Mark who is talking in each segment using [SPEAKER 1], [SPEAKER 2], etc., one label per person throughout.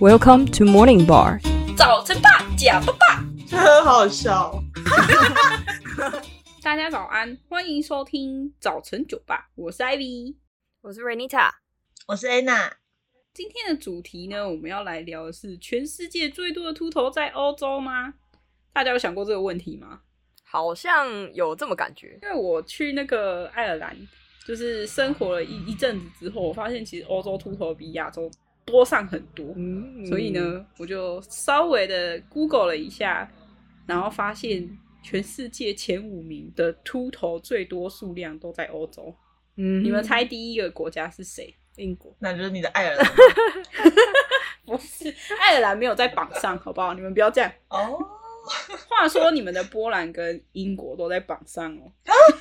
[SPEAKER 1] Welcome to Morning Bar。
[SPEAKER 2] 早晨吧，假爸爸。
[SPEAKER 3] 很好笑。
[SPEAKER 2] 大家早安，欢迎收听早晨酒吧，我是 Ivy。
[SPEAKER 1] 我是 Renita。
[SPEAKER 3] 我是 Anna，
[SPEAKER 2] 今天的主题呢，我们要来聊的是全世界最多的秃头在欧洲吗？大家有想过这个问题吗？
[SPEAKER 1] 好像有这么感觉，
[SPEAKER 2] 因为我去那个爱尔兰，就是生活了一一阵子之后，我发现其实欧洲秃头比亚洲多上很多。
[SPEAKER 1] 嗯
[SPEAKER 2] 所以，呢，我就稍微的 Google 了一下，然后发现全世界前五名的秃头最多数量都在欧洲。
[SPEAKER 1] 嗯
[SPEAKER 2] 你们猜第一个国家是谁？英国
[SPEAKER 3] 那就是你的爱尔兰
[SPEAKER 2] 不是爱尔兰没有在榜上，好不好？你们不要这样。
[SPEAKER 3] 哦，
[SPEAKER 2] 话说你们的波兰跟英国都在榜上哦，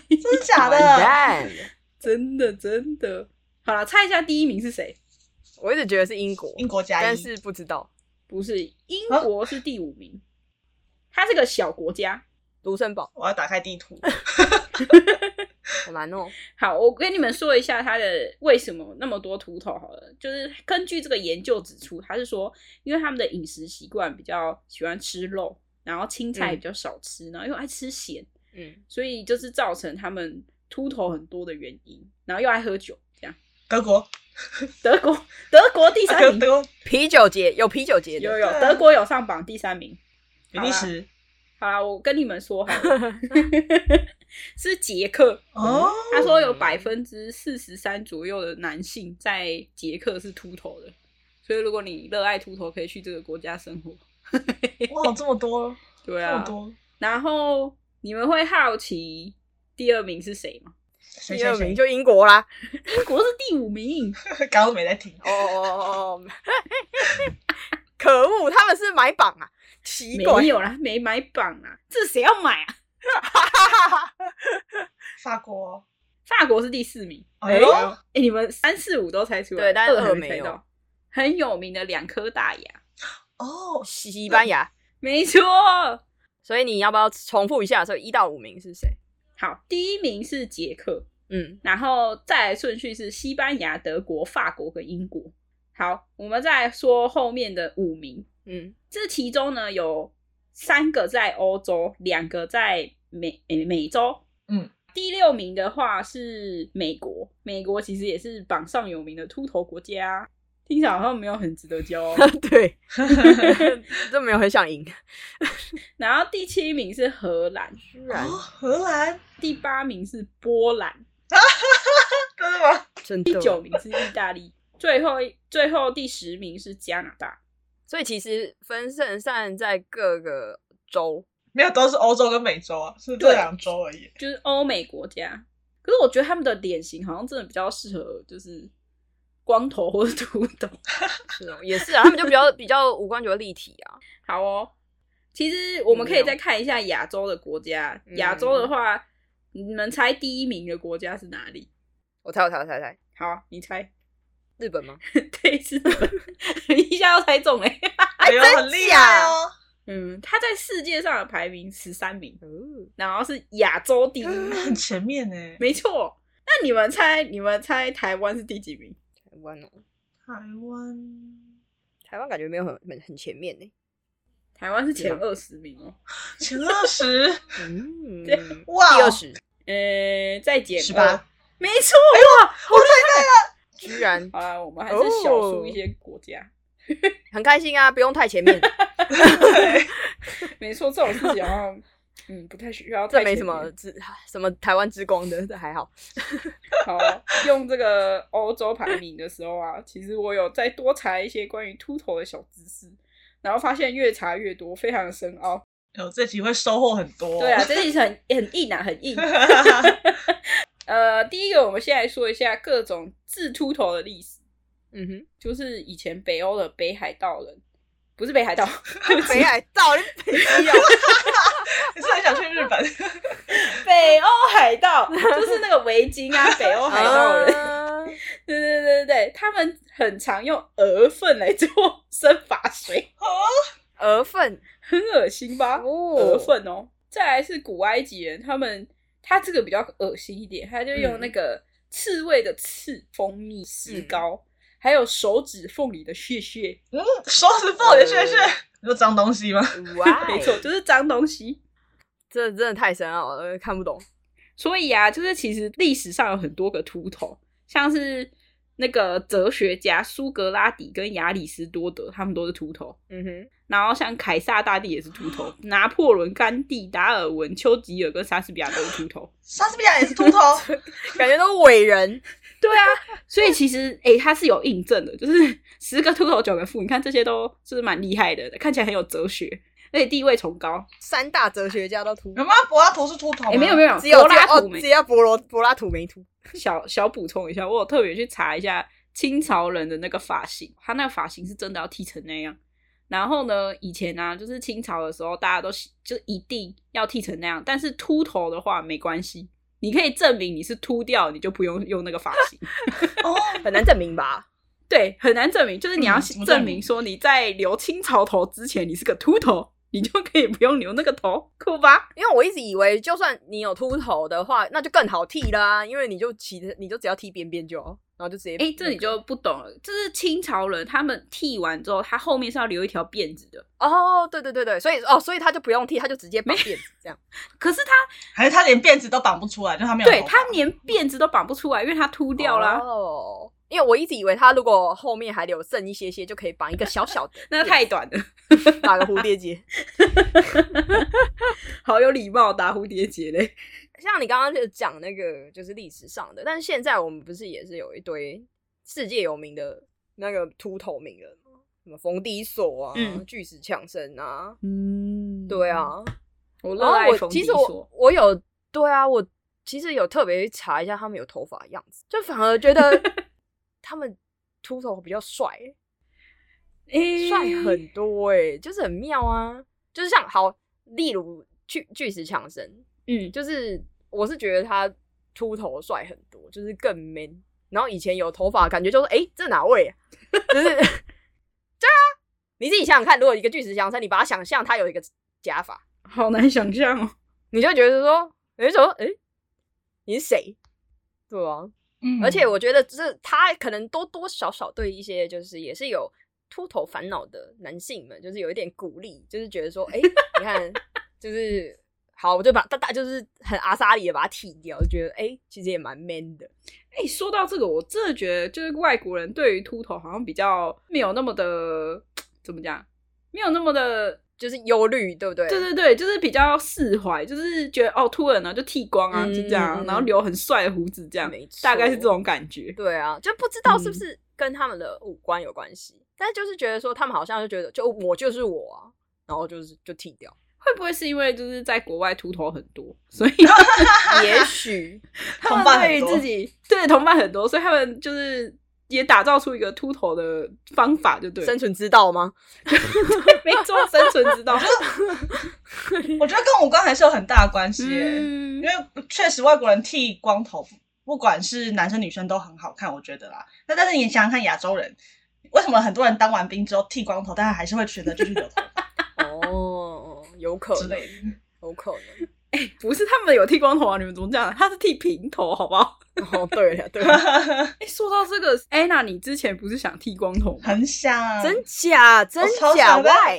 [SPEAKER 3] 真的假
[SPEAKER 1] 完
[SPEAKER 3] 的？
[SPEAKER 1] 蛋，
[SPEAKER 2] 真的真的。好了，猜一下第一名是谁？
[SPEAKER 1] 我一直觉得是英国，
[SPEAKER 3] 英国加
[SPEAKER 1] 但
[SPEAKER 3] 一，
[SPEAKER 1] 是不知道
[SPEAKER 2] 不是英国是第五名，它是个小国家。
[SPEAKER 1] 卢森堡
[SPEAKER 3] 我要打开地图。
[SPEAKER 1] 好难哦。
[SPEAKER 2] 好，我跟你们说一下它的为什么那么多秃头好了，就是根据这个研究指出，它是说因为他们的饮食习惯比较喜欢吃肉，然后青菜
[SPEAKER 1] 嗯
[SPEAKER 2] 比较少吃，然后又爱吃咸，
[SPEAKER 1] 嗯，
[SPEAKER 2] 所以就是造成他们秃头很多的原因，然后又爱喝酒，这样。
[SPEAKER 3] 德国，
[SPEAKER 2] 德国，德国第
[SPEAKER 3] 啊
[SPEAKER 2] 三
[SPEAKER 3] 德
[SPEAKER 2] 名，
[SPEAKER 3] 国，
[SPEAKER 1] 啤酒节有啤酒节
[SPEAKER 2] 有
[SPEAKER 1] 的，
[SPEAKER 2] 有，
[SPEAKER 3] 对啊
[SPEAKER 2] 德国有上榜第三名。
[SPEAKER 3] 比利时。
[SPEAKER 2] 好啦，我跟你们说好 了，是捷克。
[SPEAKER 3] 哦，
[SPEAKER 2] 他说有百分之四十三左右的男性在捷克是秃头的，所以如果你热爱秃头，可以去这个国家生活。
[SPEAKER 3] 哇，这么多，
[SPEAKER 2] 对
[SPEAKER 3] 这么
[SPEAKER 2] 啊，
[SPEAKER 3] 多，
[SPEAKER 2] 然后你们会好奇第二名是谁吗？
[SPEAKER 3] 谁
[SPEAKER 1] 第二
[SPEAKER 3] 谁
[SPEAKER 1] 名
[SPEAKER 3] 谁？
[SPEAKER 1] 就英国啦。
[SPEAKER 2] 英国是第五名，
[SPEAKER 3] 刚刚没在听。
[SPEAKER 1] 哦哦哦哦，可恶，他们是买榜啊，奇怪
[SPEAKER 2] 没，有啦，没买榜啊，这谁要买啊？
[SPEAKER 3] 法国，
[SPEAKER 2] 法国是第四名，
[SPEAKER 3] 哎呦，
[SPEAKER 2] 哎、你们三四五都猜出来，
[SPEAKER 1] 对但是
[SPEAKER 2] 二还
[SPEAKER 1] 二没
[SPEAKER 2] 猜
[SPEAKER 1] 有
[SPEAKER 2] 到，很有名的两颗大牙，
[SPEAKER 3] 哦，
[SPEAKER 1] 西班牙。
[SPEAKER 2] 没错。
[SPEAKER 1] 所以你要不要重复一下？所以一到五名是谁？
[SPEAKER 2] 好，第一名是捷克，
[SPEAKER 1] 嗯，
[SPEAKER 2] 然后再来顺序是西班牙、德国、法国跟英国。好，我们再来说后面的五名，
[SPEAKER 1] 嗯，
[SPEAKER 2] 这其中呢有三个在欧洲，两个在美诶美洲。
[SPEAKER 3] 嗯，
[SPEAKER 2] 第六名的话是美国，美国其实也是榜上有名的秃头国家，听起来好像没有很值得骄傲。
[SPEAKER 1] 对， 这没有很想赢，
[SPEAKER 2] 然后第七名是荷兰，
[SPEAKER 1] 居
[SPEAKER 2] 啊
[SPEAKER 3] 哦，荷兰，
[SPEAKER 2] 第八名是波兰，
[SPEAKER 3] 真的吗？
[SPEAKER 1] 真
[SPEAKER 2] 第
[SPEAKER 1] 的。
[SPEAKER 2] 九名是意大利，最后一最后第十名是加拿大。
[SPEAKER 1] 所以其实分散散在各个州，
[SPEAKER 3] 没有，都是欧洲跟美洲啊，是这两洲而已。
[SPEAKER 2] 就是欧美国家。可是我觉得他们的脸型好像真的比较适合，就是光头或者秃头。
[SPEAKER 1] 是哦，也是啊，他们就比较比较五官比较立体啊。
[SPEAKER 2] 好哦，其实我们可以再看一下亚洲的国家。
[SPEAKER 1] 嗯
[SPEAKER 2] 亚洲的话，你们猜第一名的国家是哪里？
[SPEAKER 1] 我猜，我猜，我猜，猜
[SPEAKER 2] 好，你猜，
[SPEAKER 1] 日本吗？
[SPEAKER 2] 对，是日本， 一下就猜中了。
[SPEAKER 3] 哎呦，很厉害哦！
[SPEAKER 2] 嗯，他在世界上的排名十三名，
[SPEAKER 1] 哦，
[SPEAKER 2] 然后是亚洲第一名，
[SPEAKER 3] 很前面呢。
[SPEAKER 2] 没错。那你们猜，你们猜台湾是第几名？
[SPEAKER 1] 台湾哦，
[SPEAKER 3] 台湾
[SPEAKER 1] 台湾感觉没有很很很前面呢。
[SPEAKER 2] 台湾是前
[SPEAKER 1] 是吗
[SPEAKER 2] 二十 名哦。
[SPEAKER 3] 前二十，
[SPEAKER 1] 嗯，
[SPEAKER 2] 对哦
[SPEAKER 1] 第
[SPEAKER 3] 哇，
[SPEAKER 1] 二十，
[SPEAKER 2] 呃，再减
[SPEAKER 3] 十
[SPEAKER 2] 二
[SPEAKER 3] 八，
[SPEAKER 2] 没错。
[SPEAKER 1] 居然
[SPEAKER 2] 好啦，我们还是小数一些国家。
[SPEAKER 1] 很开心啊，不用太前 面，
[SPEAKER 3] 对，
[SPEAKER 2] 没错，这种事情好 像，嗯，不太需要太
[SPEAKER 1] 哦这
[SPEAKER 2] 前面。
[SPEAKER 1] 没什么之什么台湾之光的，这还好。
[SPEAKER 2] 好。用这个欧洲排名的时 候啊，其实我有再多查一些关于秃头的小知识，然后发现越查越多，非常的深奥。
[SPEAKER 3] 有这集会收获很多。哦
[SPEAKER 2] 对啊，这题很很硬啊，很 硬。呃，第一个，我们先来说一下各种治秃头的历史，
[SPEAKER 1] 嗯哼，
[SPEAKER 2] 就是以前北欧的北海道人，不是 北海道，对不起
[SPEAKER 1] 北海 道，你北极哦，
[SPEAKER 3] 你是很想去日本？
[SPEAKER 2] 北欧海盗，就是那个围巾啊， 北欧海盗人。
[SPEAKER 1] 啊
[SPEAKER 2] 对对对对对，他们很常用鹅粪来做生发水，
[SPEAKER 1] 鹅粪
[SPEAKER 2] 很恶心吧？
[SPEAKER 1] 哦
[SPEAKER 2] 鹅粪哦。再来是古埃及人，他们他这个比较恶心一点，他就用那个刺猬的刺、蜂蜜、石膏，还有手指缝里的屑屑，
[SPEAKER 3] 嗯，手指缝也屑屑，你说脏东西吗？
[SPEAKER 1] 哇， 哦
[SPEAKER 2] 没错，就是脏东西。
[SPEAKER 1] 这真的太深奥了，看不懂。
[SPEAKER 2] 所以啊，就是其实历史上有很多个秃头，像是那个哲学家苏格拉底跟亚里士多德，他们都是秃头。
[SPEAKER 1] 嗯哼，
[SPEAKER 2] 然后像凯撒大帝也是秃头，拿破仑、甘地、达尔文、丘吉尔跟莎士比亚都是秃头。
[SPEAKER 3] 莎士比亚也是秃 头，
[SPEAKER 1] 感觉都是伟人。
[SPEAKER 2] 对啊，所以其实诶、他是有印证的，就是 十个秃头九个富，你看这些都就是蛮厉害的，看起来很有哲学，而且地位崇高。
[SPEAKER 1] 三大哲学家 都秃
[SPEAKER 3] 有，吗？柏拉图是秃头吗？
[SPEAKER 2] 诶、没有没有，
[SPEAKER 1] 只有
[SPEAKER 2] 柏
[SPEAKER 1] 只
[SPEAKER 2] 拉
[SPEAKER 1] 有
[SPEAKER 2] 图
[SPEAKER 1] 哦
[SPEAKER 2] 没
[SPEAKER 1] 只有柏罗柏拉图没秃。
[SPEAKER 2] 小小补充一下，我有特别去查一下清朝人的那个发型，他那个发型是真的要剃成那样。然后呢，以前呢、啊，就是清朝的时候，大家都喜就一定要剃成那样，但是秃头的话没关系，你可以证明你是秃掉，你就不用用那个发型。
[SPEAKER 3] 哦，
[SPEAKER 1] 很难证明吧？
[SPEAKER 2] 对，很难证明，就是你要
[SPEAKER 3] 嗯怎么证
[SPEAKER 2] 证
[SPEAKER 3] 明
[SPEAKER 2] 明说你在留清朝头之前你是个秃头，你就可以不用留那个头，酷吧？
[SPEAKER 1] 因为我一直以为，就算你有秃头的话，那就更好剃啦，因为你就其实你就只要剃边边就好，然后就直接
[SPEAKER 2] 哎、这你就不懂了，这是清朝人他们剃完之后，他后面是要留一条辫子的。
[SPEAKER 1] 哦，对对对对，所以哦，所以他就不用剃，他就直接 绑辫子这样。
[SPEAKER 2] 可是他
[SPEAKER 3] 还是他连辫子都绑不出来，就他没有
[SPEAKER 2] 对
[SPEAKER 3] 头发
[SPEAKER 2] 他连辫子都绑不出来，因为他秃掉啦。
[SPEAKER 1] 哦，因为我一直以为他如果后面还留剩一些些，就可以绑一个小小的辫子，
[SPEAKER 2] 那太短了，
[SPEAKER 1] 打个蝴蝶结。
[SPEAKER 2] 好有礼貌，打蝴蝶结嘞。
[SPEAKER 1] 像你刚刚就讲那个就是历史上的，但是现在我们不是也是有一堆世界有名的那个秃头名人吗？什么冯迪索啊，
[SPEAKER 2] 嗯
[SPEAKER 1] 巨石强森啊，
[SPEAKER 2] 嗯，哦
[SPEAKER 1] 对，啊，
[SPEAKER 2] 我热
[SPEAKER 1] 然后
[SPEAKER 2] 爱
[SPEAKER 1] 我
[SPEAKER 2] 冯
[SPEAKER 1] 其
[SPEAKER 2] 迪
[SPEAKER 1] 实我
[SPEAKER 2] 说，
[SPEAKER 1] 我有对啊，我其实有特别去查一下他们有头发的样子，就反而 觉得他们秃头比较帅欸、
[SPEAKER 2] 诶
[SPEAKER 1] 帅很多哎、就是很妙啊，就是像好，例如巨巨石强森，
[SPEAKER 2] 嗯，
[SPEAKER 1] 就是我是觉得他秃头帅很多，就是更 man。然后以前有头发，感觉就是哎、诶这哪位、啊？就是 对啊，你自己想想看，如果一个巨石强森，你把他想象他有一个假发，
[SPEAKER 2] 好难想象哦。
[SPEAKER 1] 你就觉得说，你就说，哎、你是谁？对啊，
[SPEAKER 3] 嗯
[SPEAKER 1] 而且我觉得这他可能多多少少对一些就是也是有秃头烦恼的男性们，就是有一点鼓励，就是觉得说，哎、你看，就是好，我就把大大就是很阿莎里的把它剃掉，就觉得哎、诶其实也蛮 man 的。
[SPEAKER 2] 哎，说到这个，我真的觉得就是外国人对于秃头好像比较没有那么的怎么讲，没有那么的。
[SPEAKER 1] 就是忧虑，对不对？
[SPEAKER 2] 对对对，就是比较释怀，就是觉得哦，秃了呢就剃光啊，
[SPEAKER 1] 嗯
[SPEAKER 2] 就这样，
[SPEAKER 1] 嗯
[SPEAKER 2] 然后留很帅的胡子，这样
[SPEAKER 1] 没错，
[SPEAKER 2] 大概是这种感觉。
[SPEAKER 1] 对啊，就不知道是不
[SPEAKER 2] 嗯
[SPEAKER 1] 是跟他们的五官有关系，但是就是觉得说他们好像就觉得就我就是我啊，然后就是就剃掉，
[SPEAKER 2] 会不会是因为就是在国外秃头很多，所以
[SPEAKER 1] 也许
[SPEAKER 2] 他
[SPEAKER 3] 同伴很
[SPEAKER 2] 们对于
[SPEAKER 3] 多
[SPEAKER 2] 自己对同伴很多，所以他们就是也打造出一个秃头的方法，就对了，
[SPEAKER 1] 生存之道吗？
[SPEAKER 2] 没错，生存之道。
[SPEAKER 3] 我觉得跟五官还是有很大的关系耶、因
[SPEAKER 2] 嗯，
[SPEAKER 3] 为确实外国人剃光头，不管是男生女生都很好看，我觉得啦。那但是你想想看，亚洲人为什么很多人当完兵之后剃光头，但还是会选择继续留头 发
[SPEAKER 1] 哦，有可
[SPEAKER 3] 之
[SPEAKER 1] 能
[SPEAKER 3] 类，的？
[SPEAKER 1] 有可能。
[SPEAKER 2] 不是他们有剃光头啊，你们怎么这样？他是剃平头，好不好？
[SPEAKER 1] 哦，对了，对了，
[SPEAKER 2] 哎、说到这个，安娜，你之前不是想剃光头吗？
[SPEAKER 3] 很啊想
[SPEAKER 1] 真假真
[SPEAKER 2] 哦
[SPEAKER 3] 超
[SPEAKER 1] 假
[SPEAKER 3] 想的
[SPEAKER 1] 外，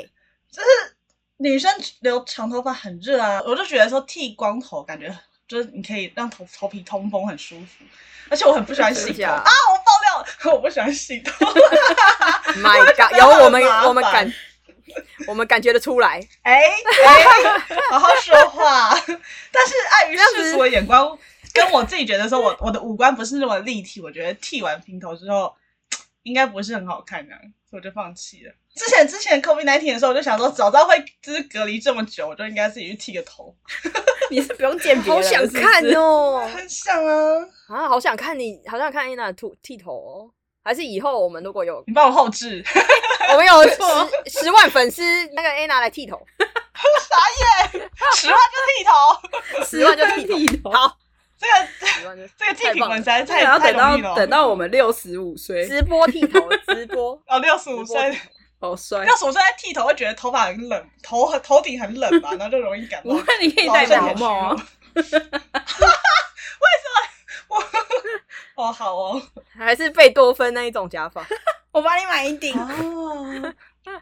[SPEAKER 3] 就是女生留长头发很热啊，我就觉得说剃光头感觉就是你可以让头头皮通风很舒服，而且我很不喜欢洗
[SPEAKER 1] 真
[SPEAKER 3] 头
[SPEAKER 1] 假
[SPEAKER 3] 啊，我爆料了，我不 喜欢洗头，
[SPEAKER 1] ，My
[SPEAKER 3] 觉
[SPEAKER 1] God，
[SPEAKER 3] 得
[SPEAKER 1] 有我
[SPEAKER 3] 很
[SPEAKER 1] 们
[SPEAKER 3] 麻
[SPEAKER 1] 我们
[SPEAKER 3] 烦
[SPEAKER 1] 感我们感觉得出来，
[SPEAKER 3] 哎、哎，好好说话。但是碍于世俗的眼光，跟我自己觉得说我我的五官不是那么立体，我觉得剃完平头之后应该不是很好看的、啊所以我就放弃了。之前之前 COVID 1 9的时候，我就想说，早知道会就是隔离这么久，我就应该自己去剃个头。
[SPEAKER 2] 你是不用见别人，
[SPEAKER 1] 好想 看
[SPEAKER 2] 是不是
[SPEAKER 1] 哦
[SPEAKER 3] 很想啊，
[SPEAKER 1] 啊，好想看你，好想看 Anna 秃剃头哦。还是以后我们如果 有
[SPEAKER 3] 你帮我后置，
[SPEAKER 1] 我们有十十万粉丝，那个 Anna 来剃头，
[SPEAKER 3] 十万就剃头，
[SPEAKER 1] 十万就剃 头，
[SPEAKER 2] 剃头。
[SPEAKER 1] 好，
[SPEAKER 3] 这个
[SPEAKER 1] 十万就
[SPEAKER 3] 这个剃
[SPEAKER 1] 太
[SPEAKER 3] 平
[SPEAKER 1] 棒
[SPEAKER 3] 纹
[SPEAKER 1] 了
[SPEAKER 3] 实在
[SPEAKER 2] 这个
[SPEAKER 3] 太
[SPEAKER 2] 要
[SPEAKER 3] 太
[SPEAKER 2] 等
[SPEAKER 3] 容易了
[SPEAKER 2] 到
[SPEAKER 3] 哦。
[SPEAKER 2] 等到我们六十五岁，
[SPEAKER 1] 直播剃头，直播
[SPEAKER 3] 哦，六十
[SPEAKER 1] 直播
[SPEAKER 3] 五
[SPEAKER 1] 剃
[SPEAKER 3] 岁，
[SPEAKER 1] 头
[SPEAKER 2] 好帅
[SPEAKER 3] 六。十五岁在剃头会觉得头发很冷，头很头顶很冷吧，然后就容易感
[SPEAKER 2] 不
[SPEAKER 3] 冒
[SPEAKER 2] 会。，你可以
[SPEAKER 3] 老
[SPEAKER 2] 戴啊
[SPEAKER 3] 生
[SPEAKER 2] 毛
[SPEAKER 3] 也
[SPEAKER 2] 帽
[SPEAKER 3] 虚
[SPEAKER 2] 啊。
[SPEAKER 3] 弱。为什么我哦，好哦，
[SPEAKER 1] 还是贝多芬那一种假 发。
[SPEAKER 2] 我帮你买一顶。
[SPEAKER 3] 哦，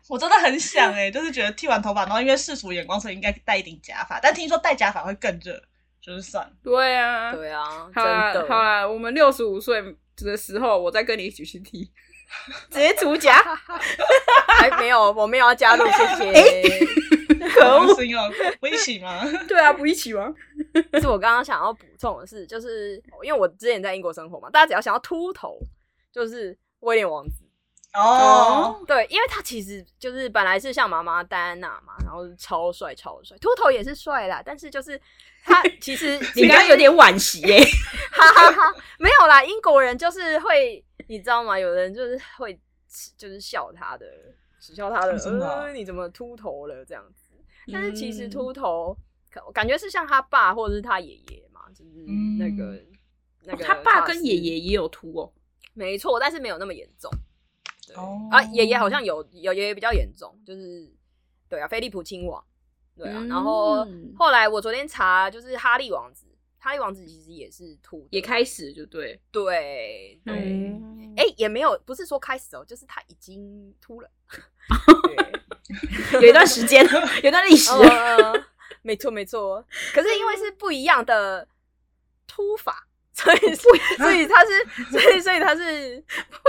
[SPEAKER 3] 我真的很想哎、就是觉得剃完头发，然后因为世俗眼光，所以应该戴一顶假发，但听说戴假发会更热，就是算了。
[SPEAKER 2] 对啊，
[SPEAKER 1] 对啊，真
[SPEAKER 2] 好啦
[SPEAKER 1] 的。
[SPEAKER 2] 好啦，我们六十五岁的时候，我再跟你一起去剃，直接除甲。
[SPEAKER 1] 还没有，我没有要加入，谢谢。
[SPEAKER 2] 可恶
[SPEAKER 3] 恶心哦，我一起吗？
[SPEAKER 2] 对啊，不一起吗？
[SPEAKER 1] 但是我刚刚想要补充的是，就是因为我之前在英国生活嘛，大家只要想要秃头，就是威廉王子。
[SPEAKER 3] 哦，
[SPEAKER 1] 对，因为他其实就是本来是像妈妈戴安娜嘛，然后是超帅超帅，秃头也是帅啦，但是就是他其实
[SPEAKER 2] 你刚刚有点惋惜耶、
[SPEAKER 1] 哈哈哈，没有啦，英国人就是会，你知道吗？有人就是会耻就是笑他的，耻笑
[SPEAKER 2] 哦
[SPEAKER 1] 他的，
[SPEAKER 3] 为什么
[SPEAKER 1] 呃，你怎么秃头了这样子？但是其实
[SPEAKER 2] 嗯
[SPEAKER 1] 秃头，可感觉是像他爸或者是他爷爷嘛，就是那个、那个、
[SPEAKER 2] 嗯哦他爸跟爷爷也有秃哦。
[SPEAKER 1] 没错，但是没有那么严重。对、
[SPEAKER 3] 哦
[SPEAKER 1] 啊，爷爷好像有有爷爷比较严重，就是对啊，菲利普亲王，对啊。
[SPEAKER 2] 嗯
[SPEAKER 1] 然后后来我昨天查，就是哈利王子，哈利王子其实也是秃的，
[SPEAKER 2] 也开始就对，
[SPEAKER 1] 对对，哎、
[SPEAKER 2] 嗯，
[SPEAKER 1] 也没有，不是说开始哦，就是他已经秃 了。
[SPEAKER 2] 有一段时间， 有一段历史，
[SPEAKER 1] 呃，没错没错，哦可是因为是不一样的秃法，所以
[SPEAKER 2] 哦
[SPEAKER 1] 所以他是所以所以他是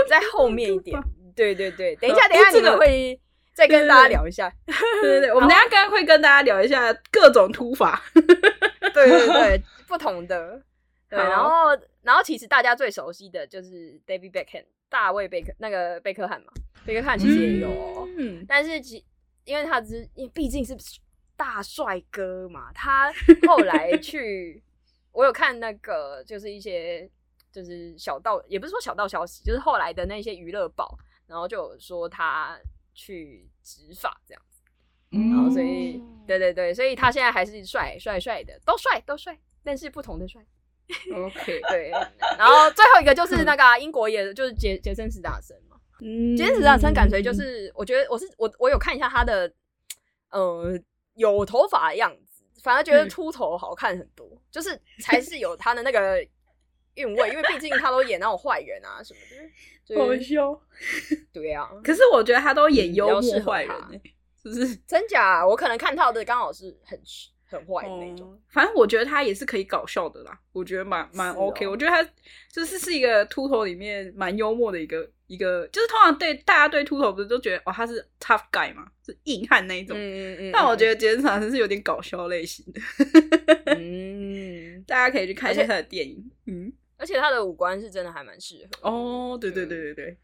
[SPEAKER 1] 在后面一点
[SPEAKER 2] 秃。
[SPEAKER 1] 对对对，等一
[SPEAKER 2] 哎
[SPEAKER 1] 下等一下，
[SPEAKER 2] 这
[SPEAKER 1] 你
[SPEAKER 2] 个
[SPEAKER 1] 们会再跟大家聊一下。
[SPEAKER 2] 对对 对，我们等一下刚会跟大家聊一下各种秃法，
[SPEAKER 1] 对对 对，不同的。对，
[SPEAKER 2] 好
[SPEAKER 1] 然后然后其实大家最熟悉的就是 David Beckham，大卫贝克那个贝克汉嘛，贝克汉其实也有哦。
[SPEAKER 2] 嗯，
[SPEAKER 1] 但是其因为他只是因为毕竟是大帅哥嘛，他后来去我有看那个就是一些就是小道，也不是说小道消息，就是后来的那些娱乐报，然后就有说他去植发这样，
[SPEAKER 3] 嗯
[SPEAKER 1] 然后所以、对对对，所以他现在还是帅帅帅的，都帅都帅，但是不同的帅。
[SPEAKER 2] OK，
[SPEAKER 1] 对，然后最后一个就是那个啊、英国也就是杰杰森斯坦森嘛。
[SPEAKER 2] 嗯，
[SPEAKER 1] 今天史上三感觉就是，我觉得我是我我有看一下他的，呃，有头发的样子，反而觉得
[SPEAKER 2] 嗯
[SPEAKER 1] 秃头好看很多，就是才是有他的那个韵味，因为毕竟他都演那种坏人啊什么的，
[SPEAKER 2] 好
[SPEAKER 1] 就是
[SPEAKER 2] 笑，
[SPEAKER 1] 对啊，
[SPEAKER 2] 可是我觉得他都演幽
[SPEAKER 1] 嗯比较适
[SPEAKER 2] 默
[SPEAKER 1] 合
[SPEAKER 2] 坏人
[SPEAKER 1] 他
[SPEAKER 2] 欸、就是
[SPEAKER 1] 真假我可能看到的刚好是很很坏的那种，
[SPEAKER 2] 哦反正我觉得他也是可以搞笑的啦，我觉得蛮蛮
[SPEAKER 1] 是
[SPEAKER 2] OK、
[SPEAKER 1] 哦
[SPEAKER 2] 我觉得他就是是一个秃头里面蛮幽默的一个一个，就是通常对大家对秃头不是都觉得哦他是 tough guy 嘛，是硬汉那一种。
[SPEAKER 1] 嗯嗯
[SPEAKER 2] 但我觉得杰森·斯坦森是有点搞笑类型的，
[SPEAKER 1] 得，嗯，
[SPEAKER 2] 大家可以去看
[SPEAKER 1] 而
[SPEAKER 2] 一下
[SPEAKER 1] 且
[SPEAKER 2] 他的电影。嗯，
[SPEAKER 1] 而且他的五官是真的还蛮适合，
[SPEAKER 2] 哦，对对对对对，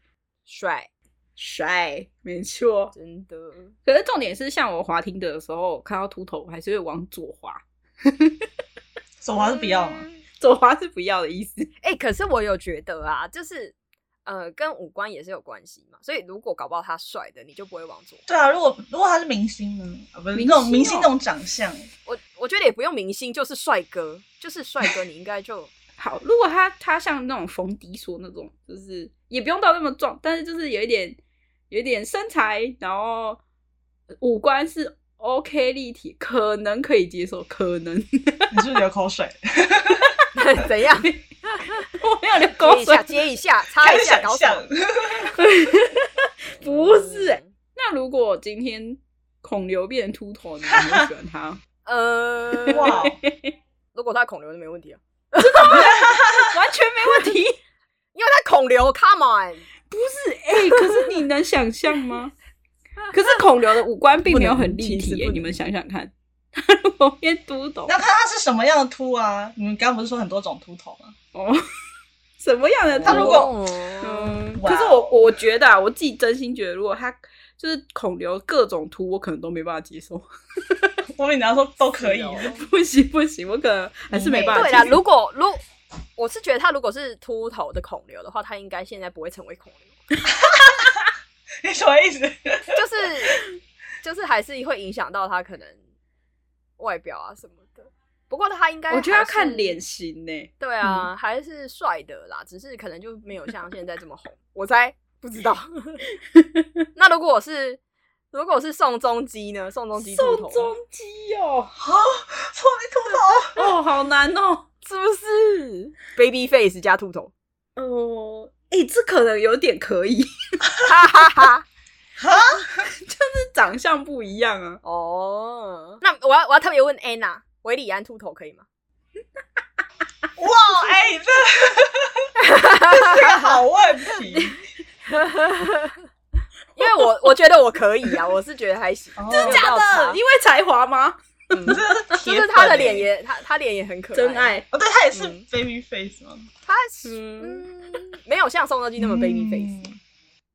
[SPEAKER 1] 帅，
[SPEAKER 2] 帅，没错。
[SPEAKER 1] 真的，
[SPEAKER 2] 可是重点是，像我滑听的时候看到秃头，我还是会往左滑，
[SPEAKER 3] 手环是不要吗？
[SPEAKER 2] 左滑是不要的意思。
[SPEAKER 1] 哎、可是我有觉得啊，就是呃，跟五官也是有关系嘛。所以如果搞不好他帅的，你就不会往左。
[SPEAKER 3] 对啊，如果如果他是明星呢？啊，不是
[SPEAKER 2] 明
[SPEAKER 3] 那
[SPEAKER 2] 星
[SPEAKER 3] 种明
[SPEAKER 2] 哦
[SPEAKER 3] 星那种长相，
[SPEAKER 1] 我我觉得也不用明星，就是帅哥，就是帅哥，你应该 就
[SPEAKER 2] 好，如果他他像那种冯迪说那种，就是也不用到那么壮，但是就是有一点有一点身材，然后五官是 OK 立体，可能可以接受，可能
[SPEAKER 3] 你是不是流口水？
[SPEAKER 1] 怎样
[SPEAKER 2] 我没有流
[SPEAKER 1] 接
[SPEAKER 2] 口
[SPEAKER 1] 一
[SPEAKER 2] 水
[SPEAKER 1] 下，接一下，擦
[SPEAKER 3] 开
[SPEAKER 1] 一
[SPEAKER 3] 始
[SPEAKER 1] 下，
[SPEAKER 3] 想
[SPEAKER 1] 搞什
[SPEAKER 3] 象
[SPEAKER 1] 么？
[SPEAKER 2] 不是、欸。
[SPEAKER 1] 嗯
[SPEAKER 2] 那如果今天孔刘变成秃头，你会不会喜欢他？
[SPEAKER 1] 呃，
[SPEAKER 3] 哇
[SPEAKER 1] 哇，，
[SPEAKER 3] 哦
[SPEAKER 1] 如果他孔刘就没问题啊，
[SPEAKER 2] 完全没问题。
[SPEAKER 1] 因为他孔刘，come on，
[SPEAKER 2] 是哎、可是你能想象吗？ 可是孔刘的五官并没有很立
[SPEAKER 1] 不能其
[SPEAKER 2] 体、
[SPEAKER 1] 实不
[SPEAKER 2] 欸，
[SPEAKER 1] 能
[SPEAKER 2] 你们想想看，他如果变秃头
[SPEAKER 3] 那，看他是什么样的秃啊？你们刚刚不是说很多种秃头吗？
[SPEAKER 2] 哦，什么样的
[SPEAKER 3] 他
[SPEAKER 2] 秃
[SPEAKER 3] 如
[SPEAKER 2] 头
[SPEAKER 3] 果
[SPEAKER 1] 哦
[SPEAKER 2] 嗯，
[SPEAKER 3] 哇
[SPEAKER 2] 可是我我觉得啊，我自己真心觉得，如果他就是孔刘各种图，我可能都没办法接受，
[SPEAKER 3] 我以为你要说都可以，
[SPEAKER 1] 是哦
[SPEAKER 2] 不行不行，我可能还是没办法
[SPEAKER 1] 对
[SPEAKER 2] 接受。
[SPEAKER 1] 啦，如果如我是觉得他如果是秃头的孔刘的话，他应该现在不会成为孔刘。
[SPEAKER 3] 你什么意思？
[SPEAKER 1] 就是就是还是会影响到他可能外表啊什么的。不过他应该
[SPEAKER 2] 我觉得要
[SPEAKER 1] 还是
[SPEAKER 2] 看脸，嗯型呢、
[SPEAKER 1] 对啊，还是帅的啦，只是可能就没有像现在这么红。我猜不知道。 那如果我是如果我是宋仲基呢？宋仲基秃
[SPEAKER 2] 宋
[SPEAKER 1] 头
[SPEAKER 2] 仲基哦，
[SPEAKER 3] 啊，说你秃头，
[SPEAKER 2] 哦，好难哦。
[SPEAKER 1] 是不是 baby face 加秃头？
[SPEAKER 2] 哦，哎，这可能有点可以，
[SPEAKER 1] 哈哈哈。
[SPEAKER 2] 长相不一样啊。
[SPEAKER 1] 哦，那我要我要特别问 Anna，维里安秃头可以吗？
[SPEAKER 3] 哇，哎、这这是个好问题。
[SPEAKER 1] 因为我我觉得我可以啊，我是觉得还行，
[SPEAKER 3] 哦
[SPEAKER 1] 真
[SPEAKER 2] 假的，因为才华吗？
[SPEAKER 1] 嗯
[SPEAKER 3] 你真的是
[SPEAKER 1] 就
[SPEAKER 3] 铁
[SPEAKER 1] 是
[SPEAKER 3] 粉
[SPEAKER 1] 他的
[SPEAKER 3] 欸
[SPEAKER 1] 脸也他他脸也很可爱，
[SPEAKER 2] 真，爱，
[SPEAKER 3] 哦，对他也是
[SPEAKER 1] 嗯
[SPEAKER 3] baby face 吗？
[SPEAKER 1] 他
[SPEAKER 2] 嗯，
[SPEAKER 1] 嗯没有像宋仲基那么 baby face，、
[SPEAKER 3] 嗯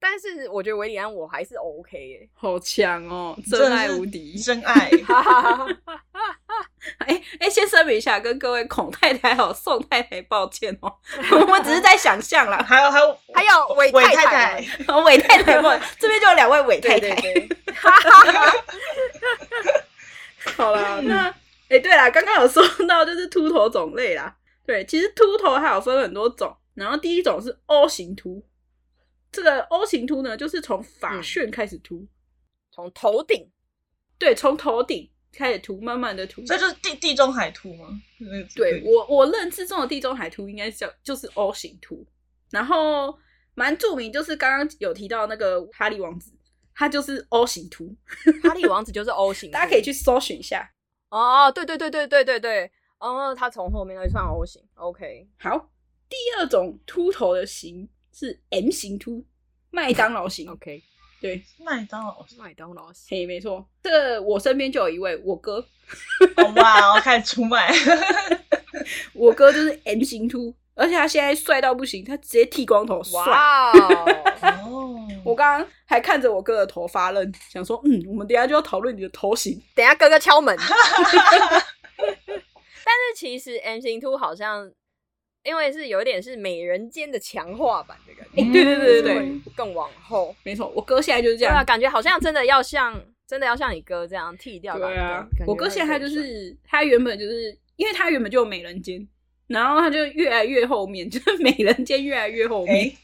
[SPEAKER 1] 但是我觉得维里安我还是 OK 欸耶、
[SPEAKER 2] 好强哦，
[SPEAKER 3] 真的
[SPEAKER 2] 真爱
[SPEAKER 3] 是
[SPEAKER 2] 无敌。
[SPEAKER 3] 真爱。
[SPEAKER 1] 哈哈哈哈
[SPEAKER 2] 哎哎，先声明一下，跟各位孔太太还有宋太太抱歉哦，我们只是在想象啦。
[SPEAKER 3] 还有还有
[SPEAKER 1] 还有韦
[SPEAKER 3] 韦
[SPEAKER 1] 太
[SPEAKER 3] 太，
[SPEAKER 2] 伟太太们这边就有两位伟太
[SPEAKER 1] 对
[SPEAKER 2] 太
[SPEAKER 1] 对。对，
[SPEAKER 2] 好 啦，那哎、诶对啦，刚刚有说到就是秃头种类啦。对，其实秃头还有分很多种，然后第一种是 O 型秃，这个 O 型秃呢，就是从发旋开始秃，
[SPEAKER 1] 从头顶
[SPEAKER 2] 对，从头顶开始秃，慢慢的秃。
[SPEAKER 3] 所以就是地地中海秃吗？那个
[SPEAKER 2] 对，我我认知中的地中海秃应该叫就是 O 型秃，然后蛮著名，就是刚刚有提到那个哈利王子，他就是 O 型秃，
[SPEAKER 1] 哈利王子就是 O 型，
[SPEAKER 2] 大家可以去搜寻一下。
[SPEAKER 1] 哦，对对对对对对对，哦，他从后面那一串 O 型，OK，
[SPEAKER 2] 好，第二种秃头的型是 M 型秃，麦当劳型。
[SPEAKER 1] OK，
[SPEAKER 2] 对，
[SPEAKER 3] 麦当劳。
[SPEAKER 1] 麦当劳型，
[SPEAKER 2] 嘿，没错，这个我身边就有一位我哥，
[SPEAKER 3] 哦哇，我开始出卖。
[SPEAKER 2] 我哥就是 M 型秃，而且他现在帅到不行，他直接剃光头，帅。
[SPEAKER 1] 哇哦，
[SPEAKER 3] 哦，
[SPEAKER 2] 我 刚刚还看着我哥的头发愣，想说，嗯，我们等一下就要讨论你的头型。
[SPEAKER 1] 等一下哥哥敲 门。 但是其实 M 型秃好像，因为是有点是美人尖的强化版的感觉，
[SPEAKER 2] 哎、对对对对对，
[SPEAKER 3] 嗯
[SPEAKER 1] 更往后，
[SPEAKER 2] 没错，我哥现在就是这
[SPEAKER 1] 对啊，
[SPEAKER 2] 样。
[SPEAKER 1] 感觉好像真的要像真的要像你哥这样剃掉吧。
[SPEAKER 2] 对啊
[SPEAKER 1] 感觉，
[SPEAKER 2] 我哥
[SPEAKER 1] 会
[SPEAKER 2] 现在他就
[SPEAKER 1] 更帅
[SPEAKER 2] 是他原本就是，因为他原本就有美人尖，然后他就越来越后面， 就是美人尖越来越后面。
[SPEAKER 3] 哎，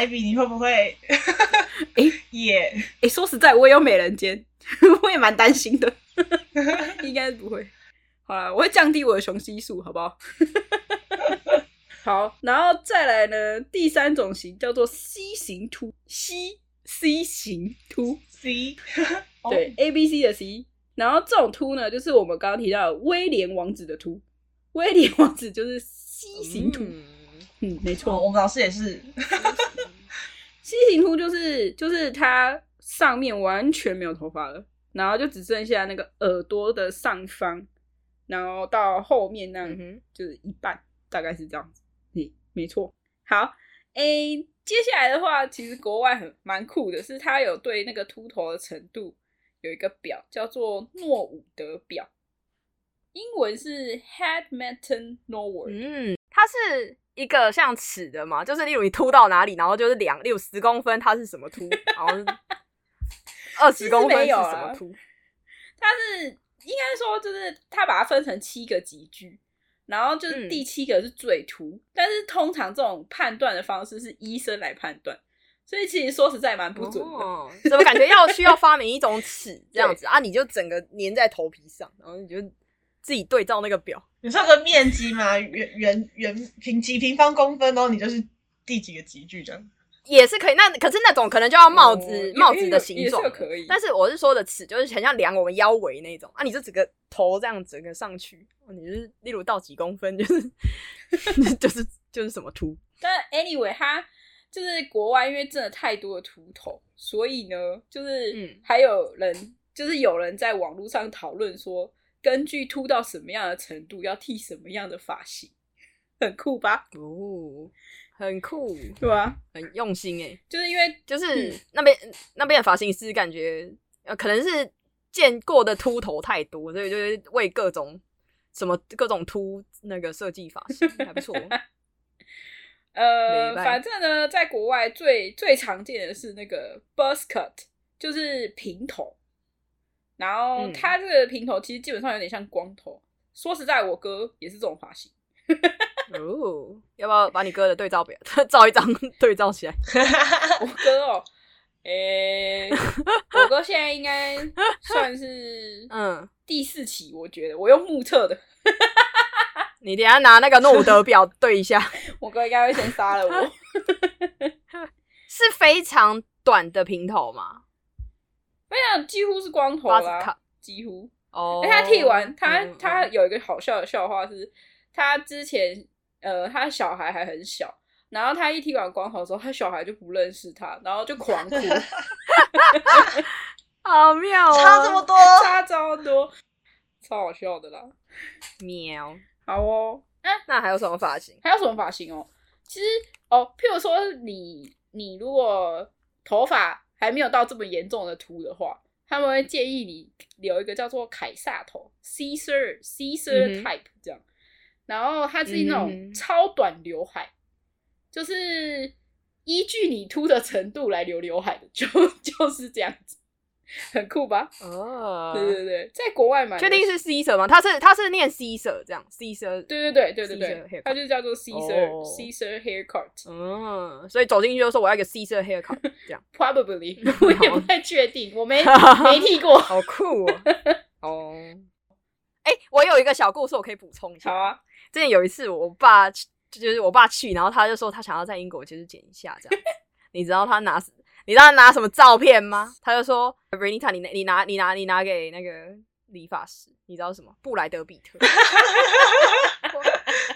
[SPEAKER 3] 艾比，你会 不会？
[SPEAKER 2] 哎
[SPEAKER 3] 耶，
[SPEAKER 2] 哎、说实在，我也有美人尖， 我也蛮担 心的，应该不会。好了，我会降低我的雄激素，好不 好？好，然后再来呢，第三种型叫做 C 型秃，C C 型秃，
[SPEAKER 3] C，
[SPEAKER 1] 哦
[SPEAKER 2] 对、A B C 的 C。然后这种秃呢，就是我们刚刚提到的威廉王子的秃，威廉王子就是 C 型秃，嗯
[SPEAKER 1] 嗯
[SPEAKER 2] 没
[SPEAKER 3] 哦，
[SPEAKER 2] 错
[SPEAKER 3] 我们老师也是。
[SPEAKER 2] ，C 型秃就是就是它上面完全没有头发了，然后就只剩下那个耳朵的上方，然后到后面那样、
[SPEAKER 1] 嗯哼，
[SPEAKER 2] 就是一半，大概是这样子。嗯，没错。好，诶、接下来的话，其实国外很蛮酷的，是它有对那个秃头的程度有一个表，叫做诺伍德表，英文是 Hadmaton Norwood。
[SPEAKER 1] 嗯，它是一个像尺的嘛，就是例如你秃到哪里，然后就是量，例如十公分它是什么秃，然 后二
[SPEAKER 2] 其
[SPEAKER 1] 十
[SPEAKER 2] 实
[SPEAKER 1] 公分
[SPEAKER 2] 没
[SPEAKER 1] 是
[SPEAKER 2] 有
[SPEAKER 1] 什
[SPEAKER 2] 啊
[SPEAKER 1] 么秃，
[SPEAKER 2] 它是应该说就是它把它分成七个集聚，然后就是
[SPEAKER 1] 嗯
[SPEAKER 2] 第七个是最秃，但是通常这种判断的方式是医生来判断，所以其实说实在蛮不准的。
[SPEAKER 1] 哦，怎么感觉要需要发明一种 尺这样子啊？你就整个粘在头皮上，然后你就自己对照那个表，
[SPEAKER 3] 你说个面积嘛，圆圆圆平几平方公分，然哦后你就是第几个集距这样。
[SPEAKER 1] 也是可以。那可是那种可能就要帽子、
[SPEAKER 2] 哦
[SPEAKER 1] 帽子的形状
[SPEAKER 2] 也也是可以
[SPEAKER 1] 但是我是说的尺，就是很像量我们腰围那种啊，你就整个头这样整个上去，哦你就是例如到几公分，就是 就是就是什么凸。
[SPEAKER 2] 但 anyway，他就是国外，因为真的太多的秃头，所以呢，就是
[SPEAKER 1] 嗯
[SPEAKER 2] 还有人，就是有人在网络上讨论说，根据秃到什么样的程度，要剃什么样的发型，很酷吧？
[SPEAKER 1] 哦，很酷，
[SPEAKER 2] 对啊，
[SPEAKER 1] 很用心哎、
[SPEAKER 2] 就是因为
[SPEAKER 1] 就是、
[SPEAKER 2] 嗯
[SPEAKER 1] 那边那边的发型师感觉，呃，可能是见过的秃头太多，所以就是为各种什么各种秃那个设计发型，还不 错。
[SPEAKER 2] 呃，
[SPEAKER 1] 没办
[SPEAKER 2] 反正呢，在国外最最常见的是那个 buzz cut，就是平头。然后
[SPEAKER 1] 嗯
[SPEAKER 2] 它这个平头其实基本上有点像光头。说实在，我哥也是这种发型。
[SPEAKER 1] 哦，要不要把你哥的对照表 照一张对照起来？
[SPEAKER 2] 我哥哦， 诶、我哥现在应该算是
[SPEAKER 1] 嗯，
[SPEAKER 2] 第四期，我觉得我用目测的，
[SPEAKER 1] 你等一下拿那个诺伍德 表对一下，
[SPEAKER 2] 我哥应该会先杀 了我。
[SPEAKER 1] 是非常短的平头吗？
[SPEAKER 2] 没有，几乎是光头
[SPEAKER 1] 八字
[SPEAKER 2] 啦
[SPEAKER 1] 卡，
[SPEAKER 2] 几乎。
[SPEAKER 1] 哦
[SPEAKER 2] 哎，他剃完，他
[SPEAKER 1] 嗯
[SPEAKER 2] 他
[SPEAKER 1] 嗯
[SPEAKER 2] 有一个好笑的笑话是，他之前呃，他小孩还很小，然后他一剃完光头之后，他小孩就不认识他，然后就狂 哭，
[SPEAKER 1] 哦 好妙哦，
[SPEAKER 3] 差这么多，
[SPEAKER 2] 差超多，超好笑的啦。
[SPEAKER 1] 喵。
[SPEAKER 2] 好哦，那
[SPEAKER 1] 那还有什么发型？
[SPEAKER 2] 还有什么发型哦？其实哦，譬如说你你如果头发还没有到这么严重的秃的话，他们会建议你留一个叫做凯撒头 （Caesar
[SPEAKER 1] 嗯
[SPEAKER 2] Caesar
[SPEAKER 1] 哼
[SPEAKER 2] type） 这样，然后它是那
[SPEAKER 1] 嗯
[SPEAKER 2] 种超短刘海，就是依据你秃的程度来留刘海的，就就是这样子，很酷吧？
[SPEAKER 1] 哦
[SPEAKER 2] 对对对，在国外嘛，
[SPEAKER 1] 确定是 C 色吗？他是他是念 C 色这样，C 色。
[SPEAKER 2] 对对对对
[SPEAKER 1] Caesar
[SPEAKER 2] 对
[SPEAKER 1] haircut
[SPEAKER 2] 对，它就叫做 Caesar、
[SPEAKER 1] 哦
[SPEAKER 2] Caesar haircut。
[SPEAKER 1] 嗯，所以走进去就说我要一个 C 色 haircut，这样
[SPEAKER 2] Probably，我也不太确定，我没没剃过。
[SPEAKER 1] 好酷哦。 哦，哎、我有一个小故事，我可以补充一下。
[SPEAKER 2] 好啊，
[SPEAKER 1] 之前有一次，我爸去就是我爸去，然后他就说他想要在英国就是剪一下这样。你知道他拿你知道他拿什么照片吗？他就说 Renita，你拿你拿你拿你拿给那个理发师，你知道什么？布莱德比特。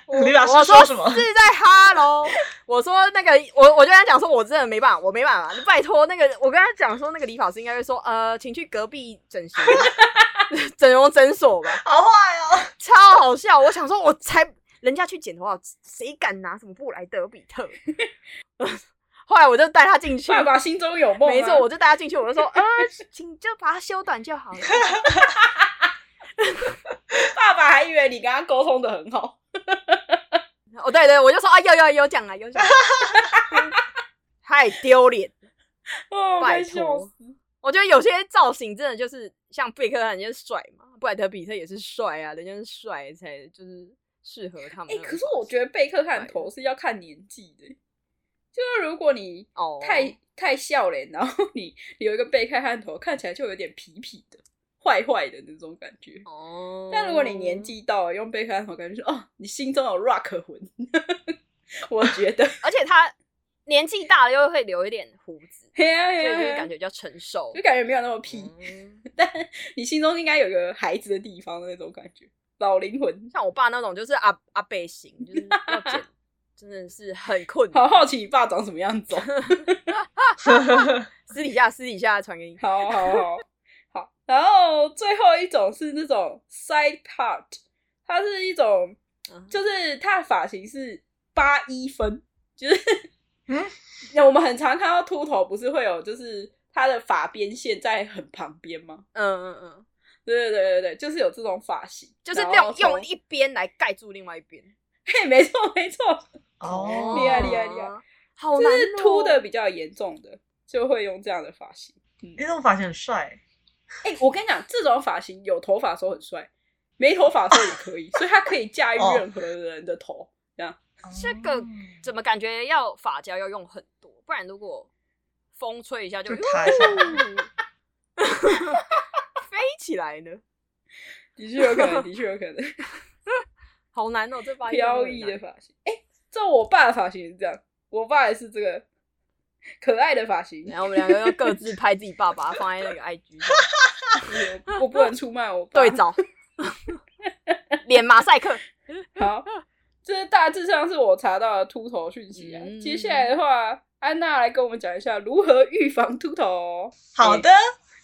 [SPEAKER 1] 我
[SPEAKER 3] 李老
[SPEAKER 1] 我
[SPEAKER 3] 师
[SPEAKER 1] 说
[SPEAKER 3] 说什么？
[SPEAKER 1] 是在哈喽，我说那个，我我就跟他讲说，我真的没办法，我没办法，拜托那个，我跟他讲说，那个理发师应该会说，呃，请去隔壁整形 整容诊所吧，
[SPEAKER 3] 好坏哦，
[SPEAKER 1] 超好笑。我想说，我才人家去剪头发，谁敢拿什么布莱德比特？ 后来我就带他进去，
[SPEAKER 2] 爸爸心中有梦、啊。
[SPEAKER 1] 没错，我就带他进去，我就说，呃，请就把它修短就好了。
[SPEAKER 2] 爸爸还以为你跟他沟通的很好。
[SPEAKER 1] 哦，对对，我就说啊，有有有讲了，有讲了，太丢脸。
[SPEAKER 2] 哦，
[SPEAKER 1] 拜
[SPEAKER 2] 被笑
[SPEAKER 1] 托
[SPEAKER 2] 死。
[SPEAKER 1] 我觉得有些造型真的就是像贝克汉就是帅嘛，布莱德比特也是帅啊，人家是帅才就是适合他们那
[SPEAKER 2] 哎、
[SPEAKER 1] 种发型。
[SPEAKER 2] 可是我觉得贝克汉头是要看年纪的，就是如果你
[SPEAKER 1] 哦
[SPEAKER 2] 太、太笑脸，然后你留一个贝克汉头，看起来就有点痞痞的、坏坏的那种感觉。
[SPEAKER 1] 哦，
[SPEAKER 2] 但如果你年，纪到了，用贝克汉头，感觉是哦，你心中有 rock 魂。 我觉 得，
[SPEAKER 1] 而且他年纪大了又会留一点胡子，
[SPEAKER 2] 嘿呀
[SPEAKER 1] 所
[SPEAKER 2] 嘿
[SPEAKER 1] 以
[SPEAKER 2] 呀
[SPEAKER 1] 就
[SPEAKER 2] 嘿
[SPEAKER 1] 是
[SPEAKER 2] 呀
[SPEAKER 1] 感觉比较成熟
[SPEAKER 2] 就。感觉没有那么痞。
[SPEAKER 1] 嗯
[SPEAKER 2] 但你心中应该有个孩子的地方的那种感觉，老灵魂。
[SPEAKER 1] 像我爸那种就是阿阿贝型，就是要 剪，真的是很困
[SPEAKER 2] 好
[SPEAKER 1] 难。
[SPEAKER 2] 好奇你爸长什么样子哦。
[SPEAKER 1] 私底下私底下传给你。
[SPEAKER 2] 好好好好，然后最后一种是那种 side part，它是一种
[SPEAKER 1] 嗯，
[SPEAKER 2] 就是它的发型是八一分，就是
[SPEAKER 3] 嗯，
[SPEAKER 2] 那我们很常看到秃头不是会有就是它的发边线在很旁边吗？
[SPEAKER 1] 嗯嗯嗯，
[SPEAKER 2] 对对对对对，就是有这种发型，
[SPEAKER 1] 就是
[SPEAKER 2] 然后
[SPEAKER 1] 用
[SPEAKER 2] 从
[SPEAKER 1] 用一边来盖住另外一边。
[SPEAKER 2] 嘿，没错没错，
[SPEAKER 3] 哦，
[SPEAKER 2] 厉害厉害厉害，
[SPEAKER 1] 好
[SPEAKER 2] 就
[SPEAKER 1] 难
[SPEAKER 2] 是
[SPEAKER 1] 哦
[SPEAKER 2] 秃的比较严重的，就会用这样的发型。
[SPEAKER 3] 你这种发型很帅，
[SPEAKER 2] 哎、我跟你讲，这种发型有头发的时候很帅，没头发的时候也可以，所以它可以驾驭
[SPEAKER 3] 哦
[SPEAKER 2] 任何人的头。
[SPEAKER 1] 这个怎么感觉要发胶要用很多？不然如果风吹一下就
[SPEAKER 3] 就塌下来
[SPEAKER 1] 呜 飞起来呢，
[SPEAKER 2] 的确有可能，的确有可能，
[SPEAKER 1] 好难哦，这把
[SPEAKER 2] 飘逸的发型。哎、这我爸的发型也是这样，我爸也是这个可爱的发型。
[SPEAKER 1] 然后我们两个又各自拍自己爸爸，放在那 个 IG 上
[SPEAKER 2] 我我不能出卖我 爸。
[SPEAKER 1] 对照，脸马赛克。
[SPEAKER 2] 好，这大致上是我查到的秃头讯息啊。
[SPEAKER 1] 嗯
[SPEAKER 2] 接下来的话，安娜来跟我们讲一下如何预防秃头哦。
[SPEAKER 3] 好的，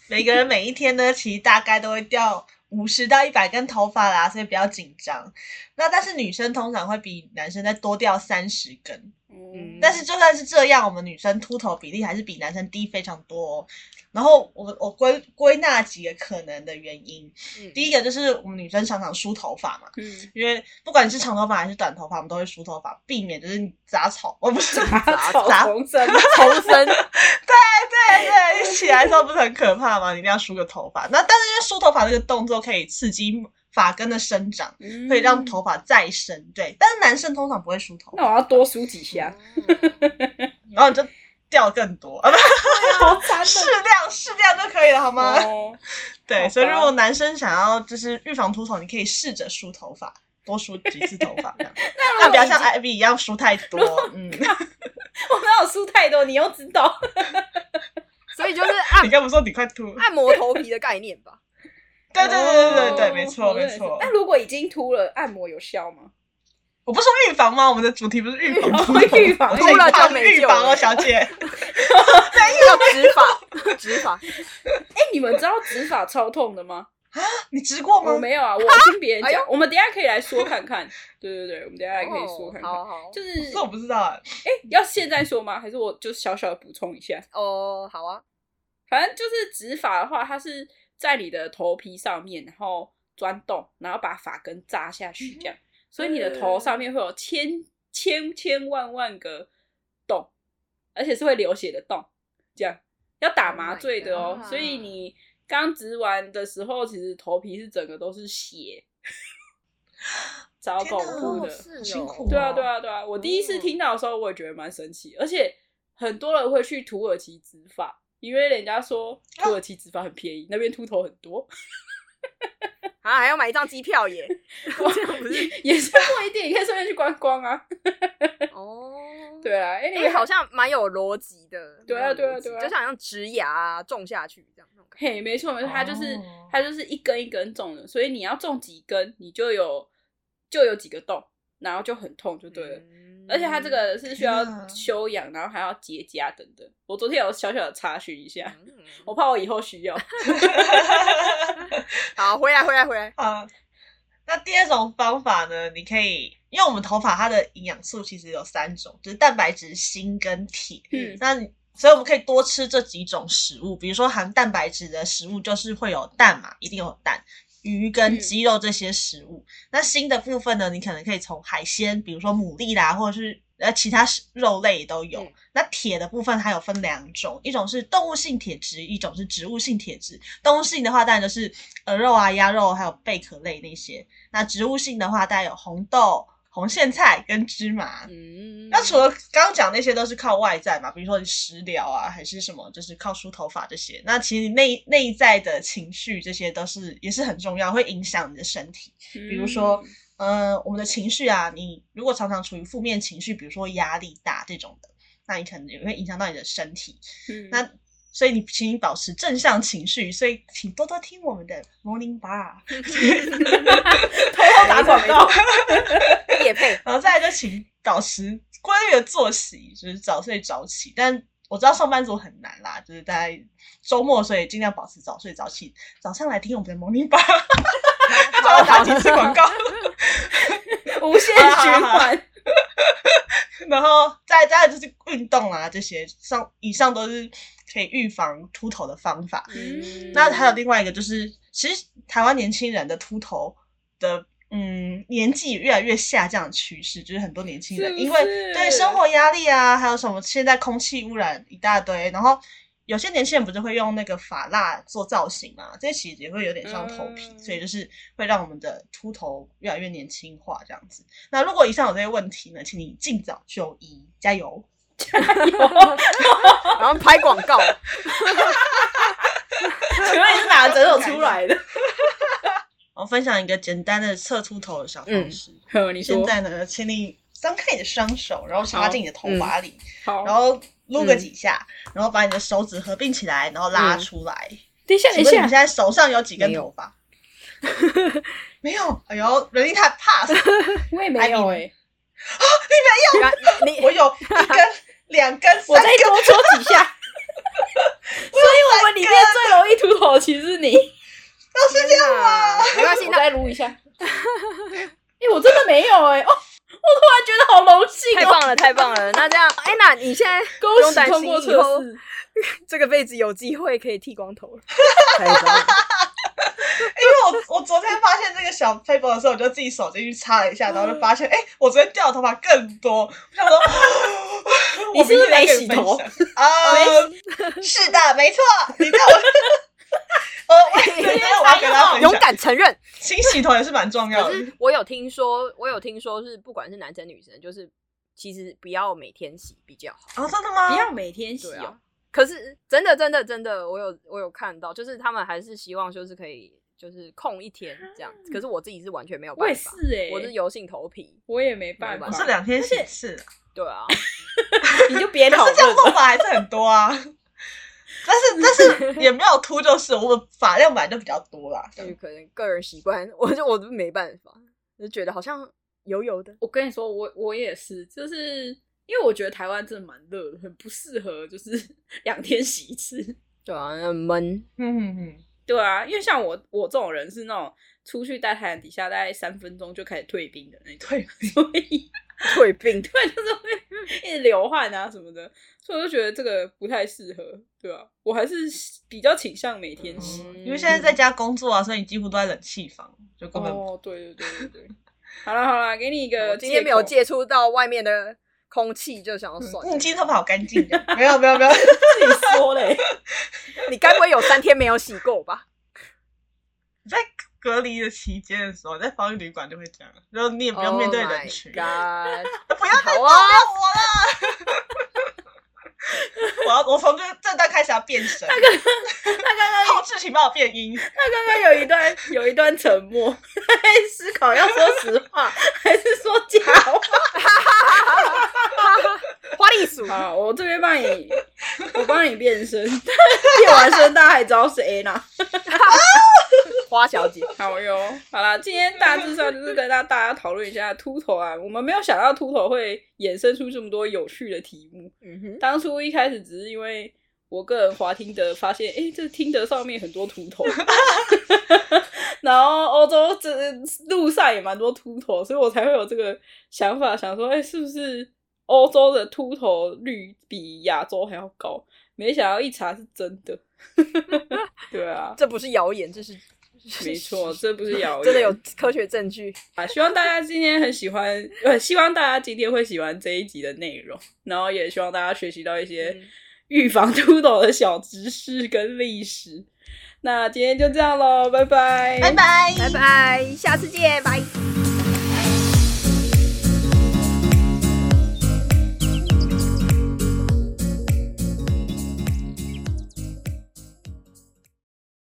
[SPEAKER 3] 每个人每一天呢，其实大概都会掉五十到一百根头发啦，所以不要紧张。那但是女生通常会比男生再多掉三十根，
[SPEAKER 2] 嗯
[SPEAKER 3] 但是就算是这样，我们女生秃头比例还是比男生低非常多、哦。然后我我归归纳几个可能的原因，
[SPEAKER 1] 嗯
[SPEAKER 3] 第一个就是我们女生常常梳头发嘛，
[SPEAKER 2] 嗯，
[SPEAKER 3] 因为不管是长头发还是短头发，我们都会梳头发，避免就是杂草，哦不是
[SPEAKER 2] 杂 草
[SPEAKER 3] 杂
[SPEAKER 2] 丛生。
[SPEAKER 1] 重生，
[SPEAKER 3] 哎对对，一起来的时候不是很可怕吗？你一定要梳个头发。那但是因为梳头发这个动作可以刺激发根的生长，
[SPEAKER 2] 嗯
[SPEAKER 3] 可以让头发再生。对，但是男生通常不会梳头
[SPEAKER 2] 那我
[SPEAKER 3] 发，
[SPEAKER 2] 要多梳几下，
[SPEAKER 3] 然后你就掉更多啊，不
[SPEAKER 2] 好惨
[SPEAKER 3] 适量适量就可以了，好吗？
[SPEAKER 2] 哦！好
[SPEAKER 3] 对，
[SPEAKER 2] 吧
[SPEAKER 3] 所以如果男生想要就是预防秃头，你可以试着梳头发。多梳几次头发这 样，但不要像 Ivy 一样梳太多。嗯，
[SPEAKER 2] 我没有输太多，你又知道。
[SPEAKER 1] 所以就是按
[SPEAKER 2] 啊
[SPEAKER 3] 你刚不说你快秃？
[SPEAKER 1] 按摩头皮的概念 吧。
[SPEAKER 3] 对对对对对对，没
[SPEAKER 2] 哦
[SPEAKER 3] 错没
[SPEAKER 2] 我也是
[SPEAKER 3] 错。
[SPEAKER 2] 那如果已经秃了，按摩有效吗？
[SPEAKER 3] 我不是说预防吗？我们的主题不是预防
[SPEAKER 2] 预防
[SPEAKER 3] 吗？
[SPEAKER 2] 预 防
[SPEAKER 3] 我
[SPEAKER 1] 秃了就没
[SPEAKER 3] 预
[SPEAKER 1] 救
[SPEAKER 3] 防
[SPEAKER 1] 了
[SPEAKER 3] 哦，小姐。
[SPEAKER 1] 要植发，植发
[SPEAKER 2] 哎、你们知道植发超痛的吗？
[SPEAKER 3] 你植过
[SPEAKER 2] 我
[SPEAKER 3] 吗？
[SPEAKER 2] 没有啊，我听别人
[SPEAKER 1] 哎
[SPEAKER 2] 讲。
[SPEAKER 1] 呦
[SPEAKER 2] 我们等一下可以来说看看。对对对，我们等一下还可以说看看。
[SPEAKER 1] 哦好好
[SPEAKER 2] 就是
[SPEAKER 3] 这我不知道啊。
[SPEAKER 2] 哎、要现在说吗？还是我就小小的补充一下？
[SPEAKER 1] 哦，好啊，
[SPEAKER 2] 反正就是植发的话，它是在你的头皮上面，然后钻洞，然后把发根扎下
[SPEAKER 1] 嗯
[SPEAKER 2] 去，这样，所以你的头上面会有千千千万万个洞，而且是会流血的洞，这样要打
[SPEAKER 1] Oh
[SPEAKER 2] 麻
[SPEAKER 1] my
[SPEAKER 2] 醉的哦。
[SPEAKER 1] God
[SPEAKER 2] 所以你刚植完的时候，其实头皮是整个都是血， 超
[SPEAKER 3] 天
[SPEAKER 2] 恐
[SPEAKER 3] 哪
[SPEAKER 2] 怖的。
[SPEAKER 1] 是哦
[SPEAKER 3] 辛苦
[SPEAKER 2] 对啊，
[SPEAKER 3] 哦
[SPEAKER 2] 对啊，对啊！我第一次
[SPEAKER 1] 哦
[SPEAKER 2] 听到的时候，我也觉得蛮神奇，而且很多人会去土耳其植发，因为人家说土耳其植发很便宜，那边秃头很多，
[SPEAKER 1] 啊，还要买一张机票耶，这样不 是
[SPEAKER 2] 也是不一定，你可以顺便去观光啊。
[SPEAKER 1] 哦？，
[SPEAKER 2] 对啊，哎、
[SPEAKER 1] 因
[SPEAKER 2] 你
[SPEAKER 1] 为好像蛮有逻辑的，
[SPEAKER 2] 对啊
[SPEAKER 1] 蛮有
[SPEAKER 2] 对啊
[SPEAKER 1] 逻辑
[SPEAKER 2] 对啊
[SPEAKER 1] 就像像植牙啊种下去这样那种感觉。
[SPEAKER 2] 嘿，没错没错，它就是、
[SPEAKER 3] 哦
[SPEAKER 2] 它就是一根一根种的，所以你要种几根，你就有就有几个洞，然后就很痛，就对了。
[SPEAKER 1] 嗯
[SPEAKER 2] 而且它这个是需要
[SPEAKER 3] 天啊
[SPEAKER 2] 修养，然后还要结痂等等。我昨天有小小的查询一下，
[SPEAKER 1] 嗯
[SPEAKER 2] 我怕我以后需要。
[SPEAKER 1] 好，回来回来回来，
[SPEAKER 3] 啊，那第二种方法呢，你可以，因为我们头发它的营养素其实有三种，就是蛋白质、锌跟铁。
[SPEAKER 2] 嗯
[SPEAKER 3] 那你所以我们可以多吃这几种食物，比如说含蛋白质的食物就是会有蛋嘛，一定有蛋。鱼跟
[SPEAKER 2] 嗯
[SPEAKER 3] 鸡肉这些食物，那锌的部分呢？你可能可以从海鲜，比如说牡蛎啦，或者是呃其他食肉类都有。
[SPEAKER 2] 嗯
[SPEAKER 3] 那铁的部分它有分两种，一种是动物性铁质，一种是植物性铁质。动物性的话，当然就是鹅肉啊、鸭肉，还有贝壳类那些。那植物性的话，大概有红豆、红苋菜跟芝麻。
[SPEAKER 2] 嗯，
[SPEAKER 3] 那除了刚刚讲那些都是靠外在嘛，比如说你食疗啊，还是什么，就是靠梳头发这些。那其实你内内在的情绪这些都是也是很重要，会影响你的身体。比
[SPEAKER 2] 比
[SPEAKER 3] 如说，呃，我们的情绪啊，你如果常常处于负面情绪，比如说压力大这种的，那你可能也会影响到你的身体。
[SPEAKER 2] 嗯
[SPEAKER 3] 那所以你请你保持正向情绪，所以请多多听我们的 Morning Bar。
[SPEAKER 2] 偷偷打广告，
[SPEAKER 1] 叶配
[SPEAKER 3] 然后再来就请保持规律的作息，就是早睡早起。但我知道上班族很难啦，就是大概周末，所以尽量保持早睡早起。早上来听我们的 Morning Bar，
[SPEAKER 1] 好
[SPEAKER 3] 打几次广告，
[SPEAKER 2] 无限循环。
[SPEAKER 3] 然后再再来就是运动啊，这些上以上都是可以预防秃头的方法。
[SPEAKER 2] 嗯
[SPEAKER 3] 那还有另外一个就是，其实台湾年轻人的秃头的。嗯，年纪越来越下降的趋势，就是很多年轻人
[SPEAKER 2] 是不
[SPEAKER 3] 因为
[SPEAKER 2] 是
[SPEAKER 3] 对生活压力啊，还有什么现在空气污染一大堆，然后有些年轻人不是会用那个发蜡做造型嘛，这些其实也会有点像头皮，
[SPEAKER 2] 嗯
[SPEAKER 3] 所以就是会让我们的秃头越来越年轻化这样子。那如果以上有这些问题呢，请你尽早就医，加油！
[SPEAKER 1] 然后拍广告，
[SPEAKER 2] 请问你是哪个诊所啊 出来的？
[SPEAKER 3] 我分享一个简单的测秃头的小方
[SPEAKER 1] 嗯
[SPEAKER 3] 式。
[SPEAKER 2] 呵，你
[SPEAKER 3] 现
[SPEAKER 2] 说
[SPEAKER 3] 在呢，请你张开你的双手，然后插进你的头发里，
[SPEAKER 2] 好
[SPEAKER 3] 然。后撸个几下，
[SPEAKER 2] 嗯
[SPEAKER 3] 然后把你的手指合并起来，然后拉
[SPEAKER 1] 嗯
[SPEAKER 3] 出来。
[SPEAKER 2] 等一下，等
[SPEAKER 3] 请问
[SPEAKER 2] 一
[SPEAKER 3] 你
[SPEAKER 2] 下
[SPEAKER 3] 现，在手上有几根
[SPEAKER 1] 没有
[SPEAKER 3] 头发？没有，哎呦，人家 pass，
[SPEAKER 2] 我也没有哎，
[SPEAKER 1] 然后你
[SPEAKER 3] 我有 一根、两根、
[SPEAKER 2] 我
[SPEAKER 3] 三
[SPEAKER 2] 再
[SPEAKER 3] 根，
[SPEAKER 2] 多抽几 下。所以我们里面最容易秃头其实是你。
[SPEAKER 1] 是这样
[SPEAKER 2] 啊
[SPEAKER 1] 吗？没关系，
[SPEAKER 2] 我
[SPEAKER 1] 那
[SPEAKER 2] 再撸一下。 哎，我真的没有哎，哦，我突然觉得好荣幸
[SPEAKER 1] 太
[SPEAKER 2] 哦，
[SPEAKER 1] 棒了，太棒了。那这样，哎，那你现在不
[SPEAKER 2] 恭
[SPEAKER 1] 用
[SPEAKER 2] 喜
[SPEAKER 1] 担
[SPEAKER 2] 通
[SPEAKER 1] 心
[SPEAKER 2] 过
[SPEAKER 1] 以后
[SPEAKER 2] 测试。
[SPEAKER 1] 这个辈子有机会可以剃光头了， 太棒了！
[SPEAKER 3] 因为我我昨天发现这个小 paper 的时候，我就自己手进去擦了一下，然后就发现，哎、我昨天掉的头发更多。我 想说，
[SPEAKER 2] 你是不是没洗头
[SPEAKER 3] 我明天再跟你分享？ 啊、是的，没错，你在我。我 我真的我要跟他分
[SPEAKER 1] 勇
[SPEAKER 3] 享，
[SPEAKER 1] 敢承认。
[SPEAKER 3] 清洗头也是蛮重要
[SPEAKER 1] 可
[SPEAKER 3] 的。
[SPEAKER 1] 是我有听说，我有听说是不管是男生女生，就是其实不要每天洗比较好。
[SPEAKER 3] 啊，真的吗？
[SPEAKER 2] 不要每天洗
[SPEAKER 1] 对
[SPEAKER 2] 哦
[SPEAKER 1] 啊，，可是真的真的真的，我有我有看到，就是他们还是希望就是可以就是空一天这样子。可是我自己是完全没有
[SPEAKER 2] 我
[SPEAKER 1] 办
[SPEAKER 2] 也
[SPEAKER 1] 法，
[SPEAKER 2] 是哎、
[SPEAKER 1] 嗯我是油性头皮。
[SPEAKER 2] 我也没办法，
[SPEAKER 1] 我
[SPEAKER 3] 我是两天洗一次啊，
[SPEAKER 1] 对啊，
[SPEAKER 2] 你就别
[SPEAKER 3] 可
[SPEAKER 2] 讨
[SPEAKER 3] 是这样
[SPEAKER 2] 论
[SPEAKER 3] 做
[SPEAKER 2] 了。
[SPEAKER 3] 法还是很多啊。 但是但是也没有秃，就是我的发量本来就比较多啦。
[SPEAKER 1] 就是可能个人习惯， 我就我就没办法，就觉得好像油油的。
[SPEAKER 2] 我跟你说，我我也是，就是因为我觉得台湾真的蛮热的，很不适合就是 两天洗一次。
[SPEAKER 1] 对啊，那闷。
[SPEAKER 3] 嗯嗯
[SPEAKER 2] 对啊，因为像我我这种人是那种出去在太阳底下大概三分钟就开始退冰的那种，
[SPEAKER 3] 退
[SPEAKER 2] 所以
[SPEAKER 1] 退病
[SPEAKER 2] 对就是会一直流汗啊什么的，所以我就觉得这个不太适合，对啊，我还是比较倾向每天洗。
[SPEAKER 3] 嗯，因为现在在家工作啊，所以你几乎都在冷气房，就根本
[SPEAKER 2] 哦，对对对对对，好了好了，给你一个
[SPEAKER 1] 我今天没有
[SPEAKER 2] 口
[SPEAKER 1] 接触到外面的空气，就想要算
[SPEAKER 3] 嗯
[SPEAKER 1] 了。
[SPEAKER 3] 你今天头发好干净的，没有没有没有，
[SPEAKER 2] 自己说嘞，
[SPEAKER 1] 你该不会有三天没有洗过吧？
[SPEAKER 3] 在隔离的期间的时候，在防疫旅馆就会这样，然后你也不用面对人群
[SPEAKER 1] Oh my god！
[SPEAKER 3] 不要再
[SPEAKER 1] 好
[SPEAKER 3] 嘲
[SPEAKER 1] 啊，
[SPEAKER 3] 笑我了。我要我从这这段开始要变声，那个那个后置请帮我变音，
[SPEAKER 2] 他刚刚有一段有一段沉默， 他在思考要说实话 还是说假话。
[SPEAKER 1] 花栗鼠，
[SPEAKER 2] 好，我这边帮你，我帮你变身， 变完身大家还知道是 A 呢。
[SPEAKER 1] 花小姐，
[SPEAKER 2] 好哟，好啦，今天大致上就是跟大大家讨论一下秃头啊，我们没有想到秃头会衍生出这么多有趣的题目。
[SPEAKER 1] 嗯哼，
[SPEAKER 2] 当初一开始只是因为我个人滑听得发现，诶，这听得上面很多秃头， 然后欧洲这路上也蛮多秃头，所以我才会有这个想法，想说，诶，是不是欧洲的秃头率比亚洲还要高？没想到一查是真的， 对啊，
[SPEAKER 1] 这不是谣言，这是
[SPEAKER 2] 没错，这不是谣言，
[SPEAKER 1] 真的有科学证据。
[SPEAKER 2] 啊，希望大家今天很喜欢，呃，希望大家今天会喜欢这一集的内容， 然后也希望大家学习到一些
[SPEAKER 1] 嗯
[SPEAKER 2] 预防秃头的小知识跟历史。那今天就这样喽，拜拜，
[SPEAKER 3] 拜。
[SPEAKER 1] 拜拜，下次见，拜。